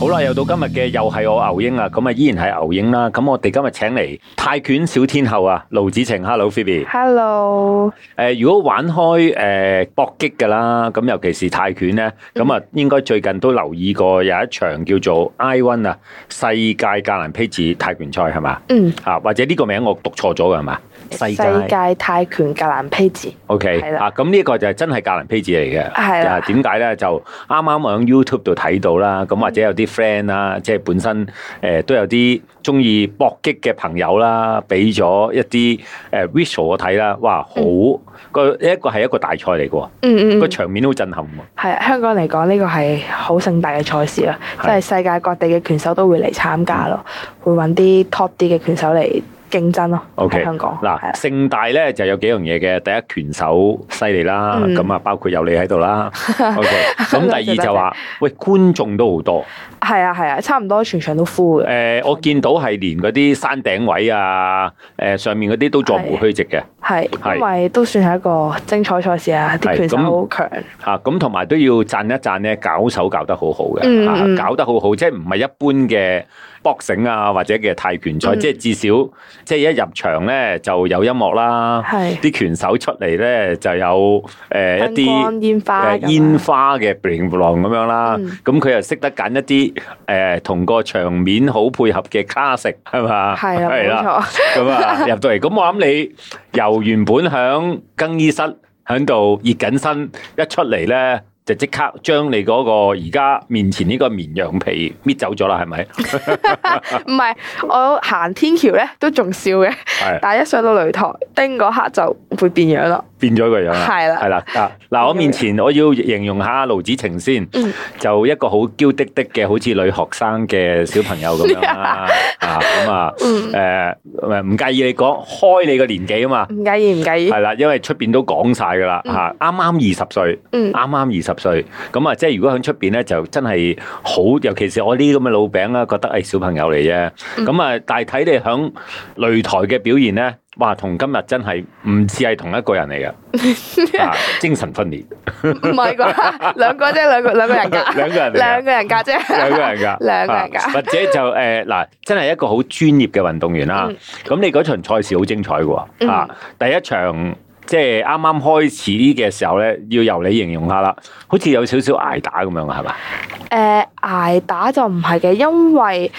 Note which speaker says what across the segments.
Speaker 1: 好啦，又到今日嘅又係我牛英啦，咁啊依然係牛英啦。咁我哋今日請嚟泰拳小天后啊，盧子晴，Hello Phoebe。
Speaker 2: Hello，
Speaker 1: 誒、如果玩開誒、搏擊㗎啦，咁尤其是泰拳咧，咁
Speaker 2: 嗯
Speaker 1: 啊應該最近都留意過有一場叫做 I One 啊世界格蘭披治泰拳賽係嘛？
Speaker 2: 嗯，
Speaker 1: 啊或者呢個名我讀錯咗㗎係嘛？
Speaker 2: 世界泰拳格蘭披治，
Speaker 1: OK，
Speaker 2: 係啦
Speaker 1: 啊，咁呢個就係真係格蘭披治嚟嘅。
Speaker 2: 係啦
Speaker 1: 啊點解咧？就啱啱我喺 YouTube 度睇到啦，
Speaker 2: 嗯
Speaker 1: 咁或者有啲 friend 啦，即係本身誒、呃都有啲中意搏擊嘅朋友啦，俾咗一啲誒 visual 我睇啦，哇，好個一個係一個大賽嚟嘅喎，
Speaker 2: 嗯嗯嗯
Speaker 1: 個、
Speaker 2: 嗯，
Speaker 1: 場面好震撼喎。
Speaker 2: 係啊香港嚟講呢個係好盛大嘅賽事啦，
Speaker 1: 係
Speaker 2: 即係嗯世界各地嘅拳手都會嚟參加咯，會揾啲 top 啲嘅拳手嚟競爭咯。
Speaker 1: OK，
Speaker 2: 喺香港係
Speaker 1: 嗱，
Speaker 2: 啊
Speaker 1: 盛大咧就有幾樣嘢嘅，第一拳手犀利啦，
Speaker 2: 嗯
Speaker 1: 咁啊、包括有你喺度啦。OK，咁
Speaker 2: 多謝
Speaker 1: 第二就
Speaker 2: 多謝
Speaker 1: 話，喂觀眾都好多。
Speaker 2: 係啊係啊，差唔多全場都
Speaker 1: 誒、
Speaker 2: full 嘅，
Speaker 1: 我見到係連嗰啲山頂位啊，誒、上面嗰啲都座無虛席嘅係
Speaker 2: 係因為都算係一個精彩賽事啊，
Speaker 1: 係
Speaker 2: 啲拳手
Speaker 1: 咁
Speaker 2: 好強，
Speaker 1: 嚇，啊咁同埋都要讚一讚咧，搞手搞得好好嘅，
Speaker 2: 嗯
Speaker 1: 啊
Speaker 2: 嗯
Speaker 1: 搞得好好，即係唔係一般嘅 boxing 啊或者嘅泰拳賽，
Speaker 2: 嗯
Speaker 1: 即係至少即係一入場咧就有音樂啦，
Speaker 2: 係
Speaker 1: 啲拳手出嚟咧就有誒、一
Speaker 2: 燈
Speaker 1: 啲
Speaker 2: 光。煙花咁
Speaker 1: 誒
Speaker 2: 樣
Speaker 1: 煙花嘅 bling bling 咁樣啦
Speaker 2: 嗯，
Speaker 1: 咁佢又識得揀一啲誒同個場面好配合嘅卡食係嘛？
Speaker 2: 啊係啦，冇錯。
Speaker 1: 咁啊入到嚟，咁我諗你由原本響更衣室響度熱緊身，一出嚟咧就即刻將你嗰個而家面前呢個綿羊皮搣走咗啦，係咪？
Speaker 2: 唔係，我行天橋咧都仲笑嘅，
Speaker 1: 係
Speaker 2: 但係一上到擂台，叮嗰刻就會變樣咯。
Speaker 1: 變咗個樣啦，
Speaker 2: 係啦
Speaker 1: 係啦。啊嗱，我面前我要形容下盧子晴先，
Speaker 2: 嗯
Speaker 1: 就一個好嬌滴滴嘅，好似女學生嘅小朋友咁樣 啦。啊，咁啊，
Speaker 2: 嗯
Speaker 1: 誒唔介意你講開你個年紀啊嘛，
Speaker 2: 唔介意，唔介意
Speaker 1: 係。啦，因為出邊都講晒㗎啦
Speaker 2: 嗯
Speaker 1: 嚇，啱啱二十歲。
Speaker 2: 嗯，
Speaker 1: 啱啱二十歲，咁啊，即係如果喺出邊咧，就真係好，尤其是我呢啲咁嘅老餅啊啦，覺得係小朋友嚟啫。
Speaker 2: 嗯
Speaker 1: 咁啊、但係睇你響擂台嘅表現咧，哇，同今日真係唔似係同一個人嚟嘅， 啊，精神分裂，
Speaker 2: 唔係啩？兩個啫，兩個兩個人格，
Speaker 1: 兩個人嚟
Speaker 2: 兩
Speaker 1: 嘅。
Speaker 2: 個人格
Speaker 1: 兩
Speaker 2: 啫。
Speaker 1: 個人㗎，
Speaker 2: 兩個人㗎
Speaker 1: 啊或者就誒嗱、真係一個好專業嘅運動員啦
Speaker 2: 嗯。
Speaker 1: 咁、你嗰場賽事好精彩嘅喎、
Speaker 2: 嗯
Speaker 1: 啊第一場即係啱啱開始嘅時候咧，要由你形容下啦，好似有少少挨打咁樣啊，係嘛？
Speaker 2: 誒捱打就唔係嘅，因為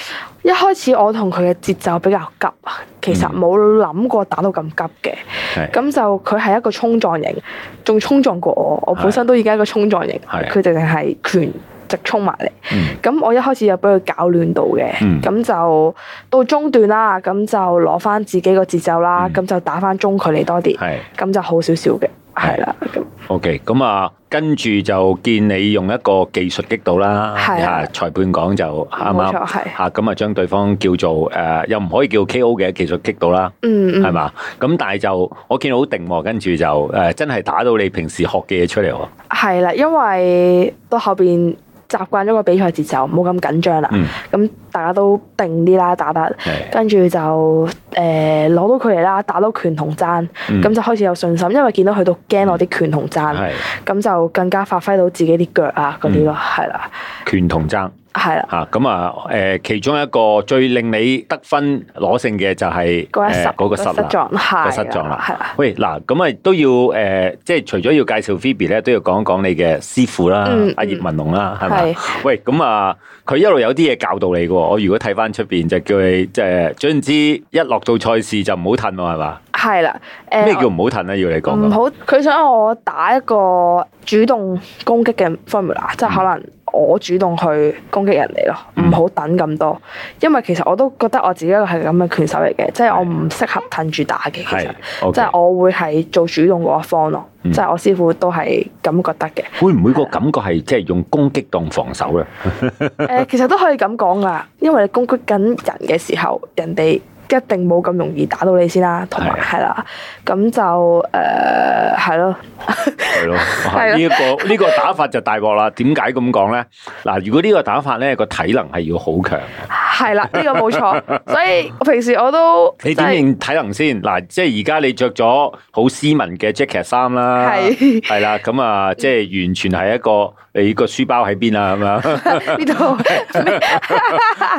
Speaker 2: 一開始我同佢嘅節奏比較急，啊其實
Speaker 1: 嗯
Speaker 2: 冇諗過打到咁急嘅。
Speaker 1: 係
Speaker 2: 咁就佢係一個衝撞型，仲衝撞過我。我本身都已經係一個衝撞型，
Speaker 1: 係
Speaker 2: 佢直情係拳直衝埋嚟。
Speaker 1: 嗯
Speaker 2: 咁我一開始就俾佢搞亂到嘅，
Speaker 1: 嗯
Speaker 2: 咁、就到中段啦，咁就攞翻自己個節奏啦，
Speaker 1: 嗯
Speaker 2: 咁、就打翻中距離多啲，
Speaker 1: 係
Speaker 2: 咁就好少少嘅，係啦，咁
Speaker 1: OK，咁啊，跟住就見你用一個技術擊倒啦，
Speaker 2: 係啊
Speaker 1: 啊裁判講就啱唔
Speaker 2: 冇
Speaker 1: 啱
Speaker 2: 錯係，
Speaker 1: 嚇，咁啊將對方叫做誒、呃又唔可以叫 K.O. 嘅技術擊倒啦，
Speaker 2: 嗯嗯，
Speaker 1: 係嘛、咁但係就我見到好定喎，跟住就誒、呃真係打到你平時學嘅嘢出嚟喎，
Speaker 2: 係啦，因為到後邊習慣咗個比賽節奏，冇咁緊張啦，
Speaker 1: 嗯，
Speaker 2: 咁、大家都定啲啦，打得，
Speaker 1: 係，
Speaker 2: 跟住就誒攞、到距離啦，打到拳同踭，咁、
Speaker 1: 嗯
Speaker 2: 就開始有信心，因為見到佢都驚我啲拳同踭，
Speaker 1: 係
Speaker 2: 咁就更加發揮到自己啲腳啊嗰啲咯，
Speaker 1: 嗯
Speaker 2: 係啦、
Speaker 1: 拳同爭
Speaker 2: 係啦。
Speaker 1: 嚇，咁啊誒、呃其中一個最令你得分攞勝嘅就係
Speaker 2: 嗰
Speaker 1: 呃
Speaker 2: 一十
Speaker 1: 嗰個失啦。
Speaker 2: 狀係啊
Speaker 1: 個失狀啦
Speaker 2: 係啦，
Speaker 1: 喂，嗱，咁啊都要誒、呃即係除咗要介紹 Phoebe 咧，都要講一講你嘅師傅啦
Speaker 2: 嗯，
Speaker 1: 阿、葉
Speaker 2: 嗯
Speaker 1: 文龍啦，係咪
Speaker 2: 係？
Speaker 1: 喂，咁啊，佢一路有啲嘢教導你嘅喎。我如果睇翻出邊就叫你即係，總之一落到賽事就唔好褪喎，係嘛？
Speaker 2: 係啦，誒嗯
Speaker 1: 咩叫唔好褪咧？要你講
Speaker 2: 唔
Speaker 1: 咁。
Speaker 2: 好？佢想我打一個主動攻擊嘅 formula，即係可能我主動去攻擊人哋咯，
Speaker 1: 嗯
Speaker 2: 唔好等咁多，因為其實我都覺得我自己係咁嘅拳手嚟嘅，即係我唔適合褪住打嘅，其
Speaker 1: 係
Speaker 2: 實。
Speaker 1: ，OK，
Speaker 2: 即係我會係做主動嗰一方咯，
Speaker 1: 嗯
Speaker 2: 即係我師傅都係咁覺 得嘅。
Speaker 1: 會唔會個感覺係即係用攻擊當防守咧？
Speaker 2: 誒、其實都可以咁講噶，因為你攻擊緊人嘅時候，人哋一定冇咁容易打到你先啦，同埋係啦，咁就誒係咯，
Speaker 1: 係咯，
Speaker 2: 係啊
Speaker 1: 哇呢一個呢個打法就大鑊啦。點解咁講咧？嗱，如果呢個打法咧，個體能係要好強。
Speaker 2: 係啦，呢個冇錯。 所以我平時我都
Speaker 1: 你
Speaker 2: 真
Speaker 1: 點
Speaker 2: 係
Speaker 1: 認體能先？嗱，即係而家你着咗好斯文嘅 jacket 衫啦，
Speaker 2: 係
Speaker 1: 係啦，咁啊，即係完全係一個你個書包喺邊啊咁 樣，
Speaker 2: 呢度咩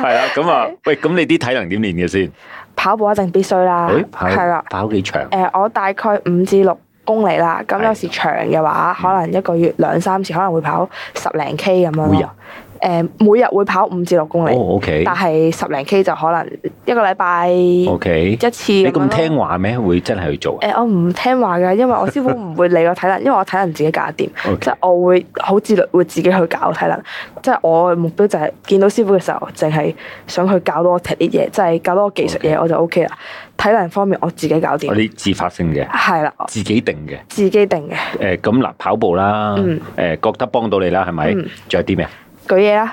Speaker 1: 係啦，咁 啊，喂，咁你啲體能點練嘅先？
Speaker 2: 跑步一定必須啦，
Speaker 1: 誒，
Speaker 2: 啊係啦。
Speaker 1: 跑幾長？
Speaker 2: 誒、我大概五至六公里啦。咁
Speaker 1: 係
Speaker 2: 有時長嘅話，可能一個月兩三次，可能會跑十零 K 咁樣
Speaker 1: 每日
Speaker 2: 咯。誒、每日會跑五至六公里，
Speaker 1: 哦，OK，
Speaker 2: 但係十零 K 就可能一個禮拜一
Speaker 1: OK，
Speaker 2: 次
Speaker 1: 你
Speaker 2: 咁樣咯
Speaker 1: 咁聽話咩？會真係去做啊
Speaker 2: 誒、呃我唔聽話㗎，因為我師傅唔會理我體能， 因為我體能自己搞掂，即
Speaker 1: ？OK，
Speaker 2: 係我會好自律，會自己去搞體能。即係我嘅目標就係見到師傅嘅時候，淨係想去搞到我踢啲嘢，即係搞到我技術嘢，我就 O K 啦。體能方面我自己搞掂
Speaker 1: 我，啲哦自發性嘅，
Speaker 2: 係啦，我
Speaker 1: 自己定嘅。
Speaker 2: 自己定
Speaker 1: 誒，
Speaker 2: 嘅
Speaker 1: 咁嗱，跑步啦，誒
Speaker 2: 嗯，
Speaker 1: 覺得幫到你啦，係咪
Speaker 2: 嗯？
Speaker 1: 仲有啲咩？
Speaker 2: 舉嘢啦，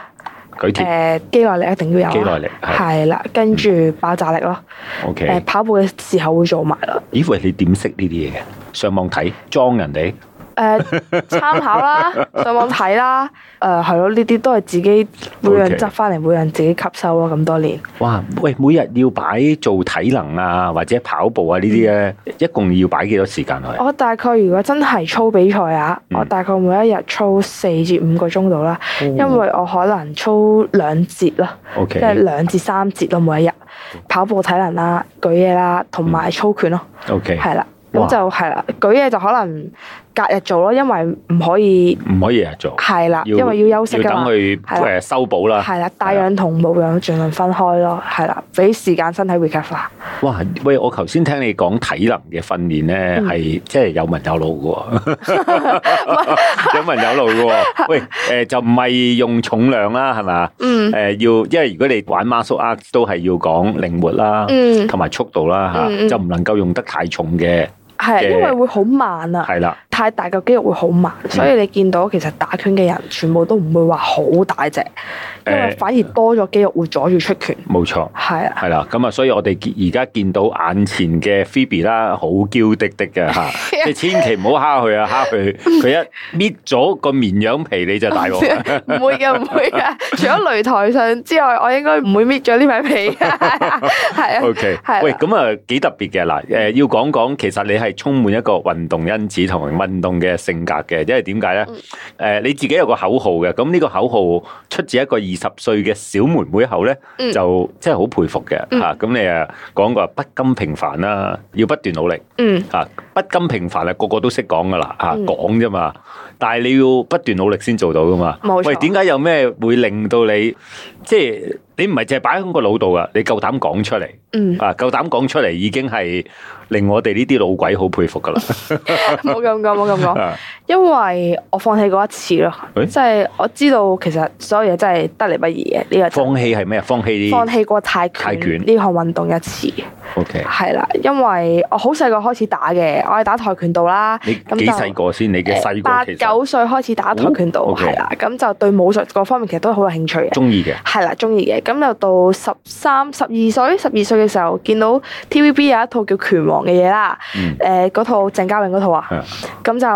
Speaker 1: 舉鐵、
Speaker 2: 誒肌耐力一定要
Speaker 1: 肌
Speaker 2: 有
Speaker 1: 耐
Speaker 2: 啦，
Speaker 1: 力係
Speaker 2: 係啦，跟住爆炸力咯，誒
Speaker 1: ，OK。
Speaker 2: 跑步嘅時候會做埋啦，
Speaker 1: 咦喂，你點識呢啲嘢嘅？上網睇，裝人哋。
Speaker 2: 誒呃參 考啦，上網睇啦，誒係咯，呢啲都係自己每
Speaker 1: OK
Speaker 2: 樣執翻嚟，每樣自己吸收咯，咁多 年。
Speaker 1: 哇！喂，每日要擺做體能啊，或者跑步啊呢啲咧，一共要擺幾多時間去？
Speaker 2: 我大概如果真係操比賽啊，
Speaker 1: 嗯哦
Speaker 2: 我大概每一日操四至五個鐘度啦，
Speaker 1: 因
Speaker 2: 因為我可能操兩節啦，
Speaker 1: O
Speaker 2: 即係
Speaker 1: K
Speaker 2: 兩至三節咯，每一日跑步體能啦、舉嘢啦，同埋操拳咯，
Speaker 1: O K，
Speaker 2: 係啦，
Speaker 1: 哇
Speaker 2: 咁就係啦，舉嘢就可能隔日做咯，因為唔可以
Speaker 1: 唔可以日日做，
Speaker 2: 係啦，
Speaker 1: 要
Speaker 2: 因為要休息
Speaker 1: 要
Speaker 2: 噶
Speaker 1: 等
Speaker 2: 嘛，
Speaker 1: 佢
Speaker 2: 係
Speaker 1: 誒
Speaker 2: 啦
Speaker 1: 修補啦。
Speaker 2: 係啦，帶氧同冇氧盡量分開咯，係啦，俾時間身體 recover。
Speaker 1: 哇！喂，我頭先聽你講體能嘅訓練咧，
Speaker 2: 嗯
Speaker 1: 係即係有文有路 嘅喎，有文有路嘅喎。喂，誒就唔係用重量啦，係咪？
Speaker 2: 嗯
Speaker 1: 誒要，因為如果你玩 muscle up 都係要講靈活啦，
Speaker 2: 嗯，
Speaker 1: 同埋速度啦
Speaker 2: 嗯
Speaker 1: 嚇，
Speaker 2: 嗯
Speaker 1: 就唔能夠用得太重嘅，
Speaker 2: 係
Speaker 1: 嘅
Speaker 2: 因為會好慢啊。
Speaker 1: 係啦。嗯
Speaker 2: 太大嘅肌肉會好慢，所以你見到其實打拳嘅人全部都唔會話好大隻，因為
Speaker 1: 誒
Speaker 2: 反而多咗肌肉會阻住出拳。
Speaker 1: 冇錯，
Speaker 2: 係啊，
Speaker 1: 係啦，咁啊，所以我哋見而家見到眼前嘅 Phoebe 啦，好嬌滴滴 嘅嚇，你千祈唔好蝦佢啊，蝦佢，佢一搣咗個綿羊皮你就大鑊啦。
Speaker 2: 唔會嘅，唔會嘅。除咗擂台上之外，我應該唔會搣咗呢塊 皮。係啊，
Speaker 1: O K，
Speaker 2: 係啦
Speaker 1: 喂，咁啊幾特別嘅嗱，誒、要講講，其實你係充滿一個運動因子同埋運動嘅性格嘅，因為點解咧？誒、
Speaker 2: 嗯
Speaker 1: 你自己有個口號嘅，咁呢個口號出自一個二十歲嘅小妹妹口咧，
Speaker 2: 嗯
Speaker 1: 就真係好佩服嘅
Speaker 2: 嗯
Speaker 1: 嚇。咁、你啊講過不甘平凡啦，要不斷努力
Speaker 2: 嗯，
Speaker 1: 嚇、不甘平凡啊個個都識講噶啦嚇，
Speaker 2: 嗯
Speaker 1: 講啫嘛，但係你要不斷努力先做到噶嘛。
Speaker 2: 冇錯
Speaker 1: 喂，點解有咩會令到你即係你唔係淨係擺喺個腦度啊？你夠膽講出嚟？
Speaker 2: 嗯，
Speaker 1: 啊，夠膽講出嚟已經係令我哋呢啲老鬼好佩服噶啦。
Speaker 2: 冇咁講，冇咁講。
Speaker 1: 啊
Speaker 2: 因為我放棄過一次咯，
Speaker 1: 誒
Speaker 2: 即係我知道其實所有嘢真係得嚟不易嘅呢個真
Speaker 1: 放。棄係咩？放棄
Speaker 2: 放棄過泰
Speaker 1: 泰拳
Speaker 2: 拳呢項運動一次。
Speaker 1: O K，
Speaker 2: 係啦，因為我好細個開始打嘅，我係打跆拳道啦。
Speaker 1: 你
Speaker 2: 咁
Speaker 1: 幾
Speaker 2: 就
Speaker 1: 細個先？你嘅細個
Speaker 2: 八
Speaker 1: 其實
Speaker 2: 九歲開始打跆拳道，
Speaker 1: 哦，OK
Speaker 2: 係啦，咁就對武術嗰方面其實都好有興趣嘅。
Speaker 1: 中意嘅。
Speaker 2: 係啦，中意嘅。咁就到十三、十二歲，十二歲嘅時候見到 TVB 有一套叫《拳王》嘅嘢啦，
Speaker 1: 嗯
Speaker 2: 誒嗰、套鄭嘉穎嗰套啊
Speaker 1: 係，
Speaker 2: 咁就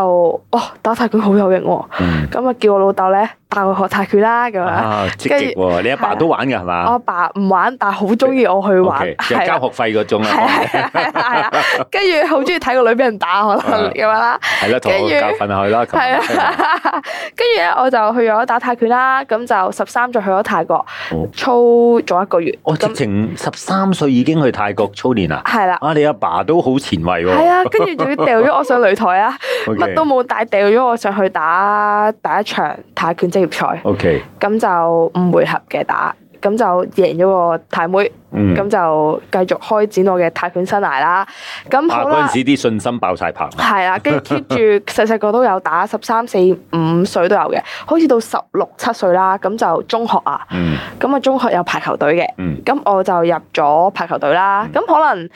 Speaker 2: 哦打泰拳好有型喎，
Speaker 1: 嗯
Speaker 2: 咁啊叫我老豆咧帶我學泰拳啦咁樣。
Speaker 1: 啊，積極喎！你阿爸都玩㗎係
Speaker 2: 我
Speaker 1: 嘛
Speaker 2: 阿爸唔玩，但係好中意我去
Speaker 1: ？O
Speaker 2: 玩
Speaker 1: K，，就
Speaker 2: 係啦啊
Speaker 1: 交學費嗰種
Speaker 2: 係
Speaker 1: 啦，
Speaker 2: 啊係啊係啊係啊，跟住好中意睇個女俾人打可能咁樣啦，
Speaker 1: 係啦，同我
Speaker 2: 跟住
Speaker 1: 教訓下佢啦。
Speaker 2: 係啊，跟住咧我就去咗打泰拳啦，咁就十三就去咗泰國
Speaker 1: 哦
Speaker 2: 操咗一個月，
Speaker 1: 我直
Speaker 2: 咁
Speaker 1: 情十三歲已經去泰國操練啦。
Speaker 2: 係啦。
Speaker 1: 啊，你阿爸都好前衞
Speaker 2: 係
Speaker 1: 喎。
Speaker 2: 啊，跟住仲要掉咗我上擂台 啊，
Speaker 1: O
Speaker 2: 乜
Speaker 1: K
Speaker 2: 都冇帶，掉咗我上去打第一場泰拳職業賽，
Speaker 1: O K，
Speaker 2: 咁就五回合嘅打，咁就贏咗個泰妹，
Speaker 1: 嗯，
Speaker 2: 咁就繼續開展我嘅泰拳生涯啦。咁
Speaker 1: 啊
Speaker 2: 好
Speaker 1: 嗰
Speaker 2: 啦
Speaker 1: 陣時，啲信心爆晒棚。
Speaker 2: 係啦，跟 住 keep 住細細個都有打，十三四五歲都有嘅，好似到十六七歲啦，咁就中學啊，
Speaker 1: 嗯
Speaker 2: 咁啊中學有排球隊嘅，
Speaker 1: 嗯
Speaker 2: 咁我就入咗排球隊啦。咁可能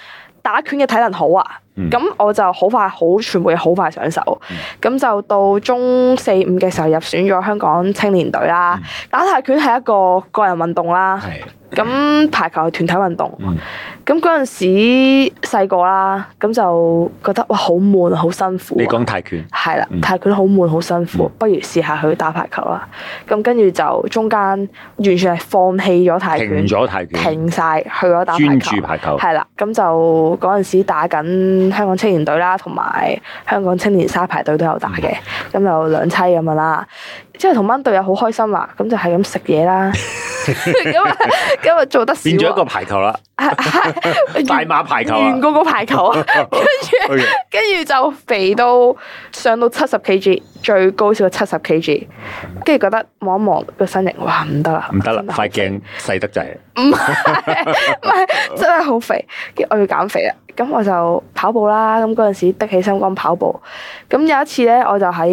Speaker 2: 打拳嘅體能好啊，
Speaker 1: 嗯
Speaker 2: 咁我就好快好全部嘢好快上手，咁、就到中四五嘅時候入選咗香港青年隊啦。打泰拳係一個個人運動啦，
Speaker 1: 嗯係
Speaker 2: 咁排球係團體運動。
Speaker 1: 嗯
Speaker 2: 咁嗰陣時細個啦，咁就覺得哇好悶啊，好辛苦
Speaker 1: 你
Speaker 2: 啊。
Speaker 1: 講泰拳，
Speaker 2: 係啦
Speaker 1: 嗯，
Speaker 2: 泰拳好悶好辛苦
Speaker 1: 嗯，
Speaker 2: 不如試下去打排球啦。咁跟住就中間完全係放棄咗泰拳
Speaker 1: 停，咗泰拳，
Speaker 2: 停晒去咗打排
Speaker 1: 專
Speaker 2: 球
Speaker 1: 注。排球，
Speaker 2: 係啦，咁就嗰陣時打緊香港青年隊啦，同埋香港青年沙排隊都有打嘅，
Speaker 1: 嗯
Speaker 2: 咁就兩棲咁樣啦。之後同班隊友好開心啦，咁就係咁食嘢 啦， 咁啊咁啊做得少
Speaker 1: 變咗一個
Speaker 2: 啊，
Speaker 1: 排球 啦，
Speaker 2: 完
Speaker 1: 大馬排球啊
Speaker 2: 完。嗰個排球 啊，跟住
Speaker 1: OK，
Speaker 2: 跟住就肥到上到七十 kg，最高少七十 kg，跟住覺得望一望個身形，哇唔得啦，
Speaker 1: 唔得啦，
Speaker 2: 真係好
Speaker 1: 塊鏡細得滯，
Speaker 2: 唔係真係好肥，跟住我要減肥啦。咁我就跑步啦，咁嗰陣時的起心肝跑步。咁有一次咧，我就喺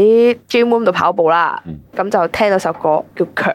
Speaker 2: gym room 度跑步啦
Speaker 1: 嗯，
Speaker 2: 咁就聽到首歌叫《強》，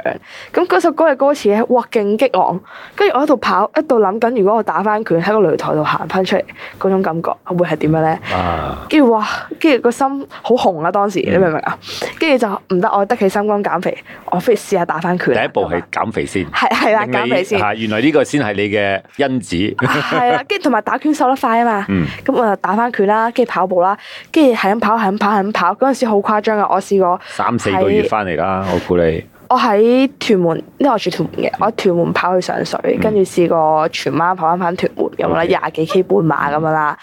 Speaker 2: 咁嗰首歌嘅歌詞咧，哇勁激昂！跟住我喺度跑，一度諗緊，如果我打翻拳喺個擂台度行翻出嚟，嗰種感覺會係點樣咧？
Speaker 1: 啊，
Speaker 2: 跟住哇，跟住個心好紅啊！當時你
Speaker 1: 嗯
Speaker 2: 明唔明啊？跟住就唔得，我得起心肝減肥，我不如試下打翻拳
Speaker 1: 第
Speaker 2: 啦。
Speaker 1: 一步
Speaker 2: 咁
Speaker 1: 係
Speaker 2: 啊
Speaker 1: 減肥先，
Speaker 2: 係係啦，減肥先。
Speaker 1: 吓，原來呢個先係你嘅因子，
Speaker 2: 係啦，跟住同埋打拳瘦得快啊嘛，
Speaker 1: 嗯
Speaker 2: 咁我就打翻拳啦，跟住跑步啦，跟住係咁跑，係咁跑，係咁跑。嗰陣時好誇張啊！我試過，
Speaker 1: 三四個月翻嚟啦，我估你，
Speaker 2: 我喺屯門，因為我住屯門
Speaker 1: 嗯
Speaker 2: 嘅，我喺屯門跑去上水，跟住試過全馬跑翻返屯門咁樣啦，
Speaker 1: OK
Speaker 2: 廿幾 K 半馬咁樣啦，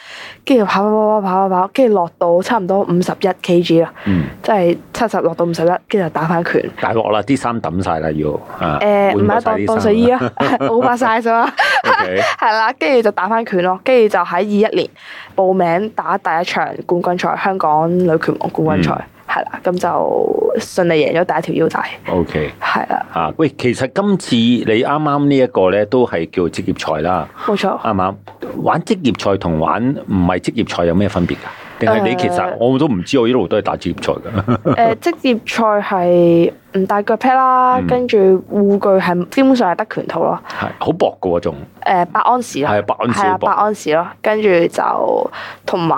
Speaker 2: 跟住跑跑跑跑跑跑跑，跟住落到差唔多五十一 KG 啦，
Speaker 1: 嗯，
Speaker 2: 即係七十落到五十一，跟住就打翻拳。
Speaker 1: 大鑊啦，啲衫抌晒啦要，啊
Speaker 2: 誒
Speaker 1: 換
Speaker 2: 唔
Speaker 1: 過晒
Speaker 2: 係當
Speaker 1: 啲
Speaker 2: 當
Speaker 1: 衫
Speaker 2: 睡衣
Speaker 1: 啦
Speaker 2: 啊， 冇發晒咋嘛。
Speaker 1: ，OK，
Speaker 2: 係啦，跟住就打翻拳咯，跟住就喺二一年報名打第一場冠軍賽，香港女拳王冠軍賽，
Speaker 1: 嗯
Speaker 2: 係啦、咁就順利贏咗第一條腰帶，
Speaker 1: OK，
Speaker 2: 係啦，
Speaker 1: 啊，喂，其實今次你啱啱呢一個咧，都係叫職業賽啦，
Speaker 2: 冇錯。
Speaker 1: 啱唔啱？玩職業賽同玩唔係職業賽有咩分別㗎？定係你
Speaker 2: 誒
Speaker 1: 其實我都唔知，我一路都係打職業賽㗎。
Speaker 2: 誒、呃職業賽係唔帶腳 pad 啦，
Speaker 1: 嗯
Speaker 2: 跟住護具係基本上係得拳套咯，
Speaker 1: 係好薄㗎喎，仲
Speaker 2: 誒、八安士咯，
Speaker 1: 係百安
Speaker 2: 係
Speaker 1: 小
Speaker 2: 啊，八
Speaker 1: 薄。
Speaker 2: 安士咯，跟住就同埋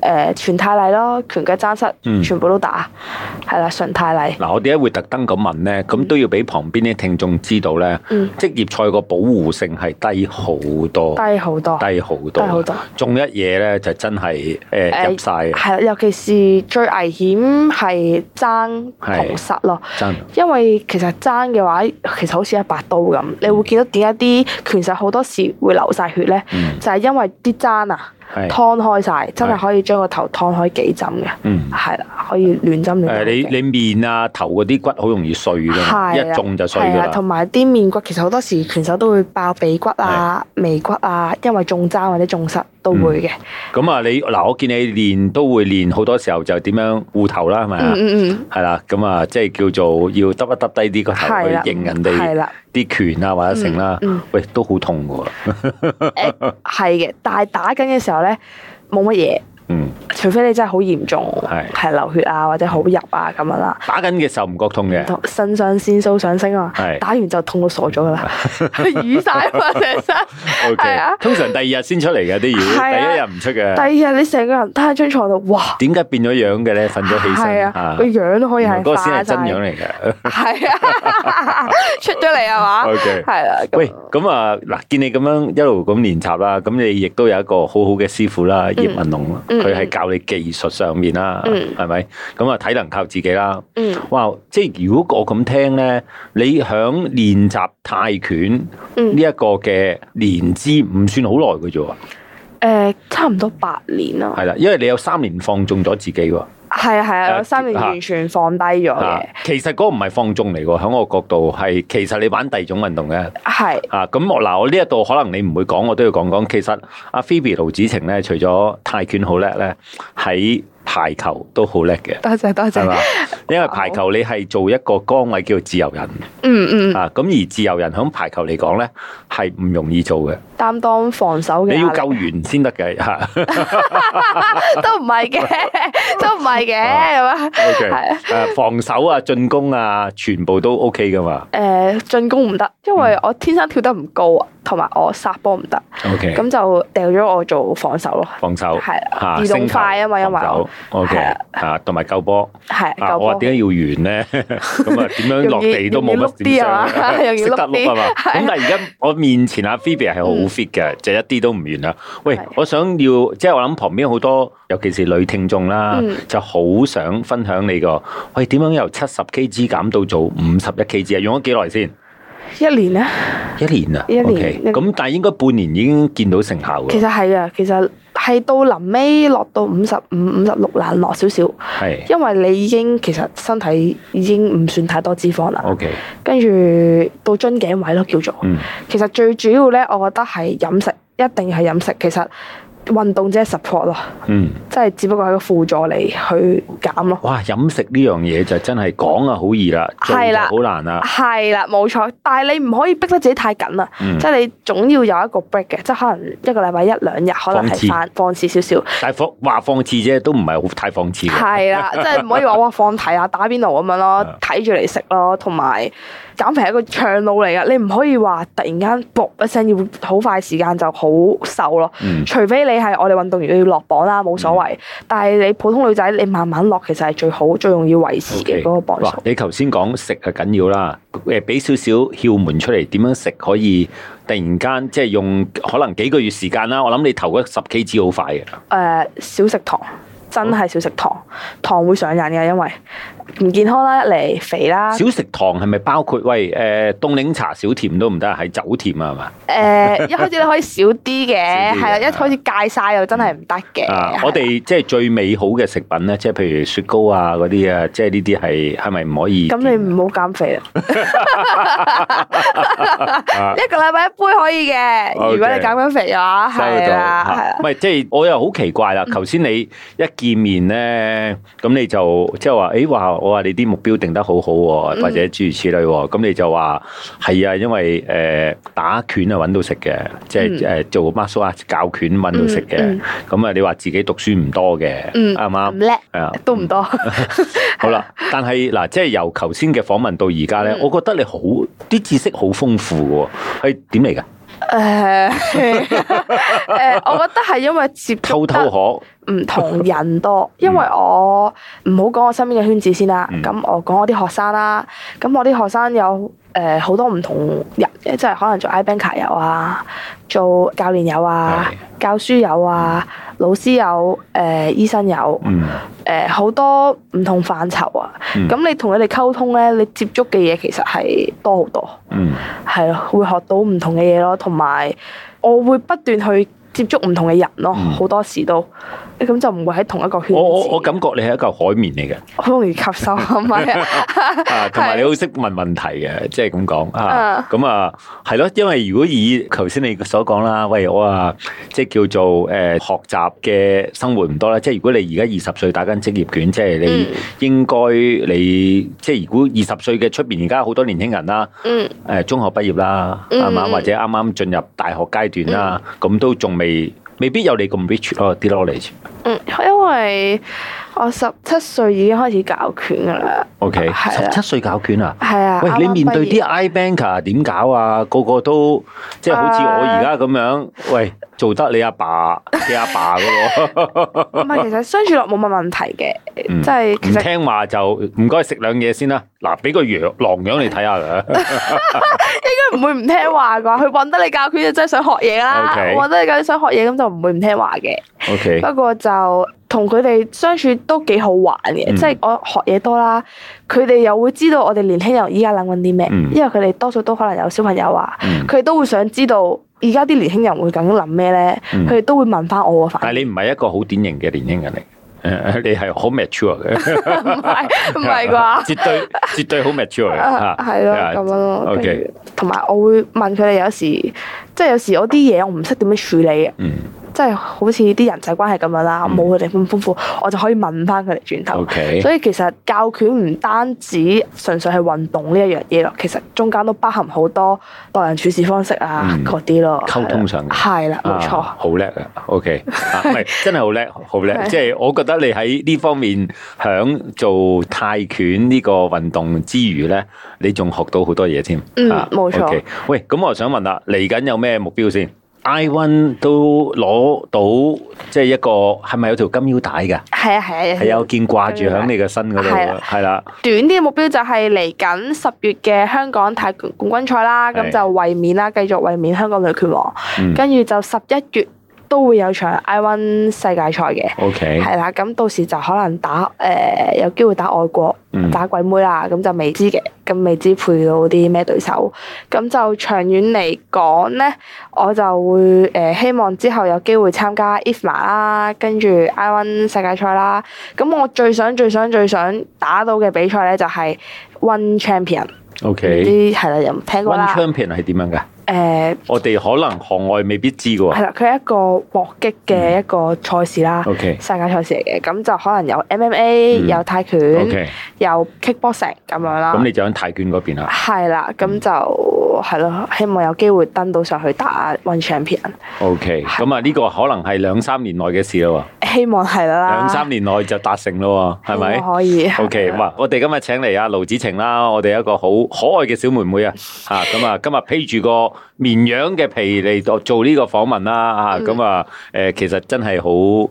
Speaker 2: 呃誒全泰禮咯，拳腳爭失，
Speaker 1: 嗯哦
Speaker 2: 全部都打，係啦，純泰禮，
Speaker 1: 嗱，我點解會特登咁問咧？咁都要俾旁邊啲聽眾知道咧，
Speaker 2: 嗯
Speaker 1: 職業賽個保護性係低好多，
Speaker 2: 低好多，
Speaker 1: 低好
Speaker 2: 低好
Speaker 1: 多。
Speaker 2: 多。呃
Speaker 1: 中一嘢咧就真係誒
Speaker 2: 誒
Speaker 1: 入晒嘅，
Speaker 2: 係啦，尤其是最危險係爭同失咯，
Speaker 1: 真
Speaker 2: 因為其實爭嘅話，其實好似一把刀咁，你會見到點解啲拳手好多時會流晒血咧？
Speaker 1: 嗯
Speaker 2: 就係因為啲爭啊，
Speaker 1: 係
Speaker 2: 劏開晒，真係
Speaker 1: 係
Speaker 2: 可以將個頭劏開幾針嘅，
Speaker 1: 嗯。
Speaker 2: 係啦，可以亂針
Speaker 1: 誒，
Speaker 2: 亂針嘅。
Speaker 1: 你你面啊頭嗰啲骨好容易碎㗎嘛，
Speaker 2: 係啦啊
Speaker 1: 一中就碎
Speaker 2: 係
Speaker 1: 㗎
Speaker 2: 啦，
Speaker 1: 啦
Speaker 2: 同。埋啲面骨其實好多時拳手都會爆鼻骨啊、眉骨啊，因為中爭或者中失都會嘅。
Speaker 1: 咁啊，你嗱，我見你練都會練，好多時候就點樣護頭啦，係咪啊
Speaker 2: 嗯？嗯嗯，
Speaker 1: 係啦，咁啊，即係叫做要耷一耷低啲個頭
Speaker 2: 係啦，
Speaker 1: 去迎人
Speaker 2: 係
Speaker 1: 哋
Speaker 2: 啦。
Speaker 1: 啲拳啊或者成啦
Speaker 2: 嗯嗯，
Speaker 1: 喂，都好痛㗎喎。
Speaker 2: 誒係嘅，但係打緊嘅時候咧冇乜嘢，
Speaker 1: 嗯，
Speaker 2: 除非你真係好嚴重，
Speaker 1: 係
Speaker 2: 係流血啊或者好入啊咁樣啦。
Speaker 1: 打緊嘅時候唔覺痛嘅。
Speaker 2: 腎上腺素上升啊嘛
Speaker 1: 係，
Speaker 2: 打完就痛到傻咗 噶啦， 瘀晒啊嘛成身。
Speaker 1: O
Speaker 2: 係啊
Speaker 1: K，通常第二日先出嚟嘅啲魚，
Speaker 2: 係啊
Speaker 1: 第一日唔出嘅。
Speaker 2: 第二日你成個人攤喺張床度，哇！
Speaker 1: 點解變咗樣嘅咧？瞓咗起
Speaker 2: 係
Speaker 1: 身
Speaker 2: 啊，個樣都可以
Speaker 1: 原來
Speaker 2: 係
Speaker 1: 嗰個先
Speaker 2: 化
Speaker 1: 係真樣
Speaker 2: 曬，
Speaker 1: 嚟嘅。
Speaker 2: 係啊， 出咗嚟係 嘛？
Speaker 1: OK
Speaker 2: 係啦，咁
Speaker 1: 喂，咁啊嗱，見你咁樣一路咁練習啦，咁你亦都有一個好好嘅師傅啦，葉文龍，
Speaker 2: 嗯
Speaker 1: 佢係教你技術上面啦，
Speaker 2: 嗯
Speaker 1: 係咪？咁啊，體能靠自己啦。
Speaker 2: 嗯
Speaker 1: 哇！即係如果我咁聽咧，你響練習泰拳
Speaker 2: 嗯
Speaker 1: 呢一個嘅年資唔算好耐嘅啫喎，
Speaker 2: 誒差唔多八年啦，
Speaker 1: 係啦，因為你有三年放縱咗自己喎。
Speaker 2: 係啊係
Speaker 1: 誒
Speaker 2: 啊，我三年
Speaker 1: 嚇
Speaker 2: 完全放低咗
Speaker 1: 啊
Speaker 2: 嘅，
Speaker 1: 其實嗰個唔係放縱嚟喎，喺我角度係其實你玩第二種運動嘅。
Speaker 2: 係
Speaker 1: 啊，咁我嗱，我呢一度可能你唔會講，我都要講講。其實阿 Phoebe 盧子晴咧，除咗泰拳好叻咧，喺排球都好叻嘅，
Speaker 2: 多謝多
Speaker 1: 係
Speaker 2: 謝
Speaker 1: 嘛，？因為排球你係做一個崗位叫自由人
Speaker 2: 嗯嗯。
Speaker 1: 啊，咁而自由人喺排球嚟講咧係唔容易做嘅，
Speaker 2: 擔當防守嘅
Speaker 1: 你
Speaker 2: 壓力，
Speaker 1: 要夠完先得嘅 嚇。
Speaker 2: 都唔係嘅，都唔係嘅咁啊。
Speaker 1: O K，
Speaker 2: 係
Speaker 1: 誒防守啊、進攻啊，全部都 O K 噶嘛。嗯
Speaker 2: 誒、進攻唔得，因為我天生跳得唔高啊，同埋我殺波唔得，
Speaker 1: O K，
Speaker 2: 咁啊就掉咗我做防守咯，
Speaker 1: 防守
Speaker 2: 係啦
Speaker 1: 嚇
Speaker 2: 自動
Speaker 1: 升球
Speaker 2: 快啊嘛因為
Speaker 1: 防守 O
Speaker 2: 係
Speaker 1: K
Speaker 2: 啊
Speaker 1: 嚇，同埋救波。
Speaker 2: 係
Speaker 1: 啊！
Speaker 2: 救
Speaker 1: 我話
Speaker 2: 波。
Speaker 1: 點解要圓咧？ 咁啊，點 樣落地都冇乜點傷，
Speaker 2: 容易
Speaker 1: 識
Speaker 2: 碌啲
Speaker 1: 得
Speaker 2: 啊嘛
Speaker 1: 碌啊 嘛。
Speaker 2: 係啊嗯
Speaker 1: 咁但係而家我面前阿 Phoebe 係好 fit 嘅，就一啲都唔圓啦。喂
Speaker 2: 係，
Speaker 1: 我想要即係我諗旁邊好多，尤其是女聽眾啦
Speaker 2: 嗯，
Speaker 1: 就好想分享你個喂點樣由七十 kg 減到做五十一 kg 啊？用咗幾耐先？
Speaker 2: 一年咧，
Speaker 1: 一年啊
Speaker 2: 一年
Speaker 1: ？OK，
Speaker 2: 一
Speaker 1: 咁但係應該半年已經見到成效
Speaker 2: 其
Speaker 1: 㗎。
Speaker 2: 實係啊，其實係到臨尾落到五十五、五十六難落少少，
Speaker 1: 係
Speaker 2: 因為你已經其實身體已經唔算太多脂肪啦，
Speaker 1: OK，
Speaker 2: 跟住到樽頸位咯叫做。
Speaker 1: 嗯
Speaker 2: 其實最主要咧，我覺得係飲食，一定係飲食。其實運動只係 support 咯，
Speaker 1: 嗯。
Speaker 2: 即係只不過係個輔助嚟去減咯。
Speaker 1: 哇！飲食呢樣嘢就真係講啊好易啦，做
Speaker 2: 係
Speaker 1: 就
Speaker 2: 啦
Speaker 1: 好難啦。
Speaker 2: 係啦，冇錯，但係你唔可以逼得自己太緊啦，啊
Speaker 1: 嗯
Speaker 2: 即係你總要有一個 break 嘅，即係可能一個禮拜一兩日，可能
Speaker 1: 放肆
Speaker 2: 係翻放肆少少，
Speaker 1: 但係放話放肆啫，都唔係好太放肆嘅。
Speaker 2: 係啦，即係唔可以話哇放題啊、打邊爐咁樣
Speaker 1: 嗯
Speaker 2: 咯，睇住嚟食咯，同埋減肥係一個長路嚟噶，你唔可以話突然間噗一聲要好快時間就好瘦咯，
Speaker 1: 嗯
Speaker 2: 除非你係我哋運動員要落磅啦，冇所謂，但係你普通女仔你慢慢落其實係最好、最容易維持嘅
Speaker 1: OK
Speaker 2: 嗰個磅
Speaker 1: 哇
Speaker 2: 數！。
Speaker 1: 你頭先講食係緊要啦，誒俾少少竅門出嚟，點樣食可以突然間即係用可能幾個月時間啦。我諗你頭嗰十 K 脂好快嘅。
Speaker 2: 誒、少食糖，真係少食糖，糖會上癮嘅，因為唔健康啦，一嚟肥啦，誒、
Speaker 1: 少食糖係咪包括喂誒、凍檸茶少甜都唔得，係酒甜啊係嘛？
Speaker 2: 一開始你可以少
Speaker 1: 少
Speaker 2: 啲嘅，
Speaker 1: 啲嘅
Speaker 2: 係啦，啊一開始戒晒又真係唔得嘅。
Speaker 1: 啊
Speaker 2: 係啦！
Speaker 1: 我哋即係最美好嘅食品咧，即係譬如雪糕啊嗰啲啊，即係呢啲係係咪唔可以？
Speaker 2: 咁你唔好減肥啦，
Speaker 1: 啊
Speaker 2: 一個禮拜一杯可以嘅。
Speaker 1: OK
Speaker 2: 如果你減緊肥嘅話，
Speaker 1: 收到啊
Speaker 2: 係嗯啦，係啊
Speaker 1: 嚇
Speaker 2: 啦，
Speaker 1: 唔係即係我又好奇怪啦。頭先你一見面咧，咁你就即係話，誒話我話你啲目標定得好好喎，
Speaker 2: 嗯
Speaker 1: 或者諸如此類喎。咁你就話係啊，因為誒、呃打拳啊揾到食嘅，即係誒、呃做 muscle 啊教拳揾到食嘅。
Speaker 2: 嗯
Speaker 1: 咁啊、你話自己讀書唔多嘅，
Speaker 2: 嗯
Speaker 1: 啱唔啱
Speaker 2: 唔？叻
Speaker 1: 係啊，
Speaker 2: 都唔 多。
Speaker 1: 好啦。但係嗱，即係由頭先嘅訪問到而家咧，
Speaker 2: 嗯
Speaker 1: 我覺得你好啲知識好豐富嘅喎，係點嚟㗎？
Speaker 2: 誒誒，我覺得係因為接
Speaker 1: 偷
Speaker 2: 觸
Speaker 1: 偷
Speaker 2: 得
Speaker 1: 可
Speaker 2: 唔同人多，因為我唔好講我身邊嘅圈子先啦
Speaker 1: 嗯，
Speaker 2: 咁、我講我啲學生啦，咁我啲學生有誒好、多唔同人，即係可能做 i banker 有啊，做教練有啊，教書有啊，老師有，誒、醫生有，
Speaker 1: 嗯。
Speaker 2: 誒好、多唔同範疇啊，
Speaker 1: 嗯
Speaker 2: 咁、你同佢哋溝通咧，你接觸嘅嘢其實係多好多。
Speaker 1: 嗯
Speaker 2: 係咯，會學到唔同嘅嘢咯，同埋我會不斷去接觸唔同嘅人咯，
Speaker 1: 嗯
Speaker 2: 好、多時都咁就唔會喺同一個圈子，
Speaker 1: 我我我感覺你係一嚿海綿 嚟嘅，
Speaker 2: 好容易吸收，係咪 啊？
Speaker 1: 啊，同埋你好識問問題嘅，即係咁講啊
Speaker 2: 啊。
Speaker 1: 咁啊，係咯，因為如果以頭先你所講啦，喂，我啊，即係叫做誒、呃、學習嘅生活唔多啦。即係如果你而家二十歲打緊職業拳，即係你
Speaker 2: 嗯
Speaker 1: 應該你即係如果二十歲嘅出邊，而家好多年輕人啦。
Speaker 2: 嗯，
Speaker 1: 誒中學畢業啦，
Speaker 2: 嗯
Speaker 1: 啱啱、
Speaker 2: 嗯
Speaker 1: 或者啱啱進入大學階段啦，咁、都仲未未必有你咁 rich 咯啲 knowledge。
Speaker 2: 嗯，因為我十七歲已經開始教拳噶啦，
Speaker 1: O K，
Speaker 2: 係
Speaker 1: 十
Speaker 2: 啊
Speaker 1: 七歲搞拳啊！
Speaker 2: 係啊。
Speaker 1: 喂，
Speaker 2: 啱
Speaker 1: 你
Speaker 2: 啱
Speaker 1: 面對
Speaker 2: 畢業
Speaker 1: 啲 I banker 點搞啊？個個都即係好似我而家咁樣，喂，做得你阿爸嘅阿爸噶喎，
Speaker 2: 唔係，其實相處落冇乜問題嘅，
Speaker 1: 嗯
Speaker 2: 即係
Speaker 1: 唔
Speaker 2: 其實
Speaker 1: 聽話就唔該食兩嘢先啦。嗱，俾個羊狼樣你睇下 㗎。
Speaker 2: 應該唔會唔聽話啩。佢揾得你教拳就真係想學嘢啦，
Speaker 1: OK
Speaker 2: 揾得你教拳想學嘢咁就唔會唔聽話嘅。
Speaker 1: O K，
Speaker 2: 不過就同佢哋相處都幾好玩嘅，
Speaker 1: 嗯
Speaker 2: 即係我學嘢多啦，佢哋又會知道我哋年輕人依家諗緊啲咩，
Speaker 1: 嗯
Speaker 2: 因為佢哋多數都可能有小朋友啊，
Speaker 1: 嗯
Speaker 2: 佢哋都會想知道而家啲年輕人會咁諗咩咧，
Speaker 1: 嗯
Speaker 2: 佢哋都會問翻我嘅
Speaker 1: 但
Speaker 2: 反
Speaker 1: 係
Speaker 2: 應，
Speaker 1: 你唔係一個好典型嘅年輕人嚟， 誒，你係好 mature 嘅，
Speaker 2: 唔係唔係 啩？
Speaker 1: 絕對絕對好 mature 嘅
Speaker 2: 啊
Speaker 1: 嚇。
Speaker 2: 係 咯，
Speaker 1: 啊
Speaker 2: 咁樣咯，跟
Speaker 1: OK
Speaker 2: 住同埋我會問佢哋有時，即係有時我啲嘢我唔識點樣處理嘅，啊
Speaker 1: 嗯
Speaker 2: 即係好似啲人際關係咁樣啦，冇佢哋咁豐富，我就可以問翻佢哋轉頭。
Speaker 1: OK，
Speaker 2: 所以其實教拳唔單止純粹係運動呢一樣嘢咯，其實中間都包含好多待人處事方式啊
Speaker 1: 嗯
Speaker 2: 嗰啲咯，
Speaker 1: 溝通上嘅
Speaker 2: 係啦，冇錯。
Speaker 1: 啊好叻啊！OK，啊 唔係真係好叻，好叻。
Speaker 2: 係
Speaker 1: 即係我覺得你喺呢方面響做泰拳呢個運動之餘咧，你仲學到好多嘢添。
Speaker 2: 嗯
Speaker 1: 啊
Speaker 2: 冇錯
Speaker 1: OK，喂，咁我想問啦，嚟緊有咩目標先？I One 都攞到即係一個係咪有條金腰帶㗎？
Speaker 2: 係啊係啊，
Speaker 1: 係啊，我見掛住響你個身嗰度
Speaker 2: 係
Speaker 1: 㗎
Speaker 2: 啦，
Speaker 1: 係啦，
Speaker 2: 短啲嘅目標就係嚟緊十月嘅香港泰拳冠軍賽啦，
Speaker 1: 係
Speaker 2: 咁就衛冕啦，繼續衛冕香港女拳王，
Speaker 1: 嗯
Speaker 2: 跟住就十一月都會有場 I One 世界賽嘅。
Speaker 1: ，OK，
Speaker 2: 係啦，咁到時就可能打誒、呃有機會打外國、
Speaker 1: 嗯
Speaker 2: 打鬼妹啦，咁就未知嘅，咁未知配到啲咩對手，咁就長遠嚟講咧，我就會誒、呃希望之後有機會參加 IFMA 啦，跟住 I One 世界賽啦，咁我最想最想最想打到嘅比賽咧就係、One Champion，唔
Speaker 1: OK。
Speaker 2: 知係啦，有冇聽過
Speaker 1: One
Speaker 2: 啦？
Speaker 1: champion 係點樣㗎？
Speaker 2: 誒
Speaker 1: 我哋可能行外未必知㗎喎
Speaker 2: 係。啦，佢係一個搏擊
Speaker 1: 嗯
Speaker 2: 嘅一個賽事啦。
Speaker 1: OK
Speaker 2: 世界賽事嚟嘅，咁就可能有 MMA、
Speaker 1: 嗯
Speaker 2: 有泰拳、
Speaker 1: OK，
Speaker 2: 有 kickboxing 咁樣啦
Speaker 1: 咁。你就喺泰拳嗰邊啦。
Speaker 2: 係啦，咁就係咯，希望有機會登到上去打 One Champion，
Speaker 1: OK，咁啊呢個可能係兩三年內嘅事咯
Speaker 2: 希望係
Speaker 1: 喎，
Speaker 2: 啦。
Speaker 1: 兩三年內就達成咯喎，係
Speaker 2: 希
Speaker 1: 咪
Speaker 2: 望可以
Speaker 1: ？OK，哇！我哋今日請嚟阿盧子晴啦，我哋一個好可愛嘅小妹妹啊，嚇 咁啊，今日披住個綿羊嘅皮嚟做做呢個訪問啦，嚇咁啊誒，其實真係好誒，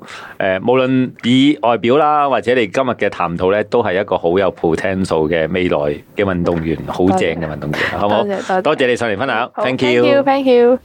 Speaker 1: 無論以外表啦，或者你今日嘅談吐咧，都係一個好有 potential 嘅未來嘅運動員，好正嘅運動員，好
Speaker 2: 多
Speaker 1: 冇？
Speaker 2: 謝多謝
Speaker 1: 多謝你上嚟分享
Speaker 2: 好
Speaker 1: ，thank
Speaker 2: you，thank you。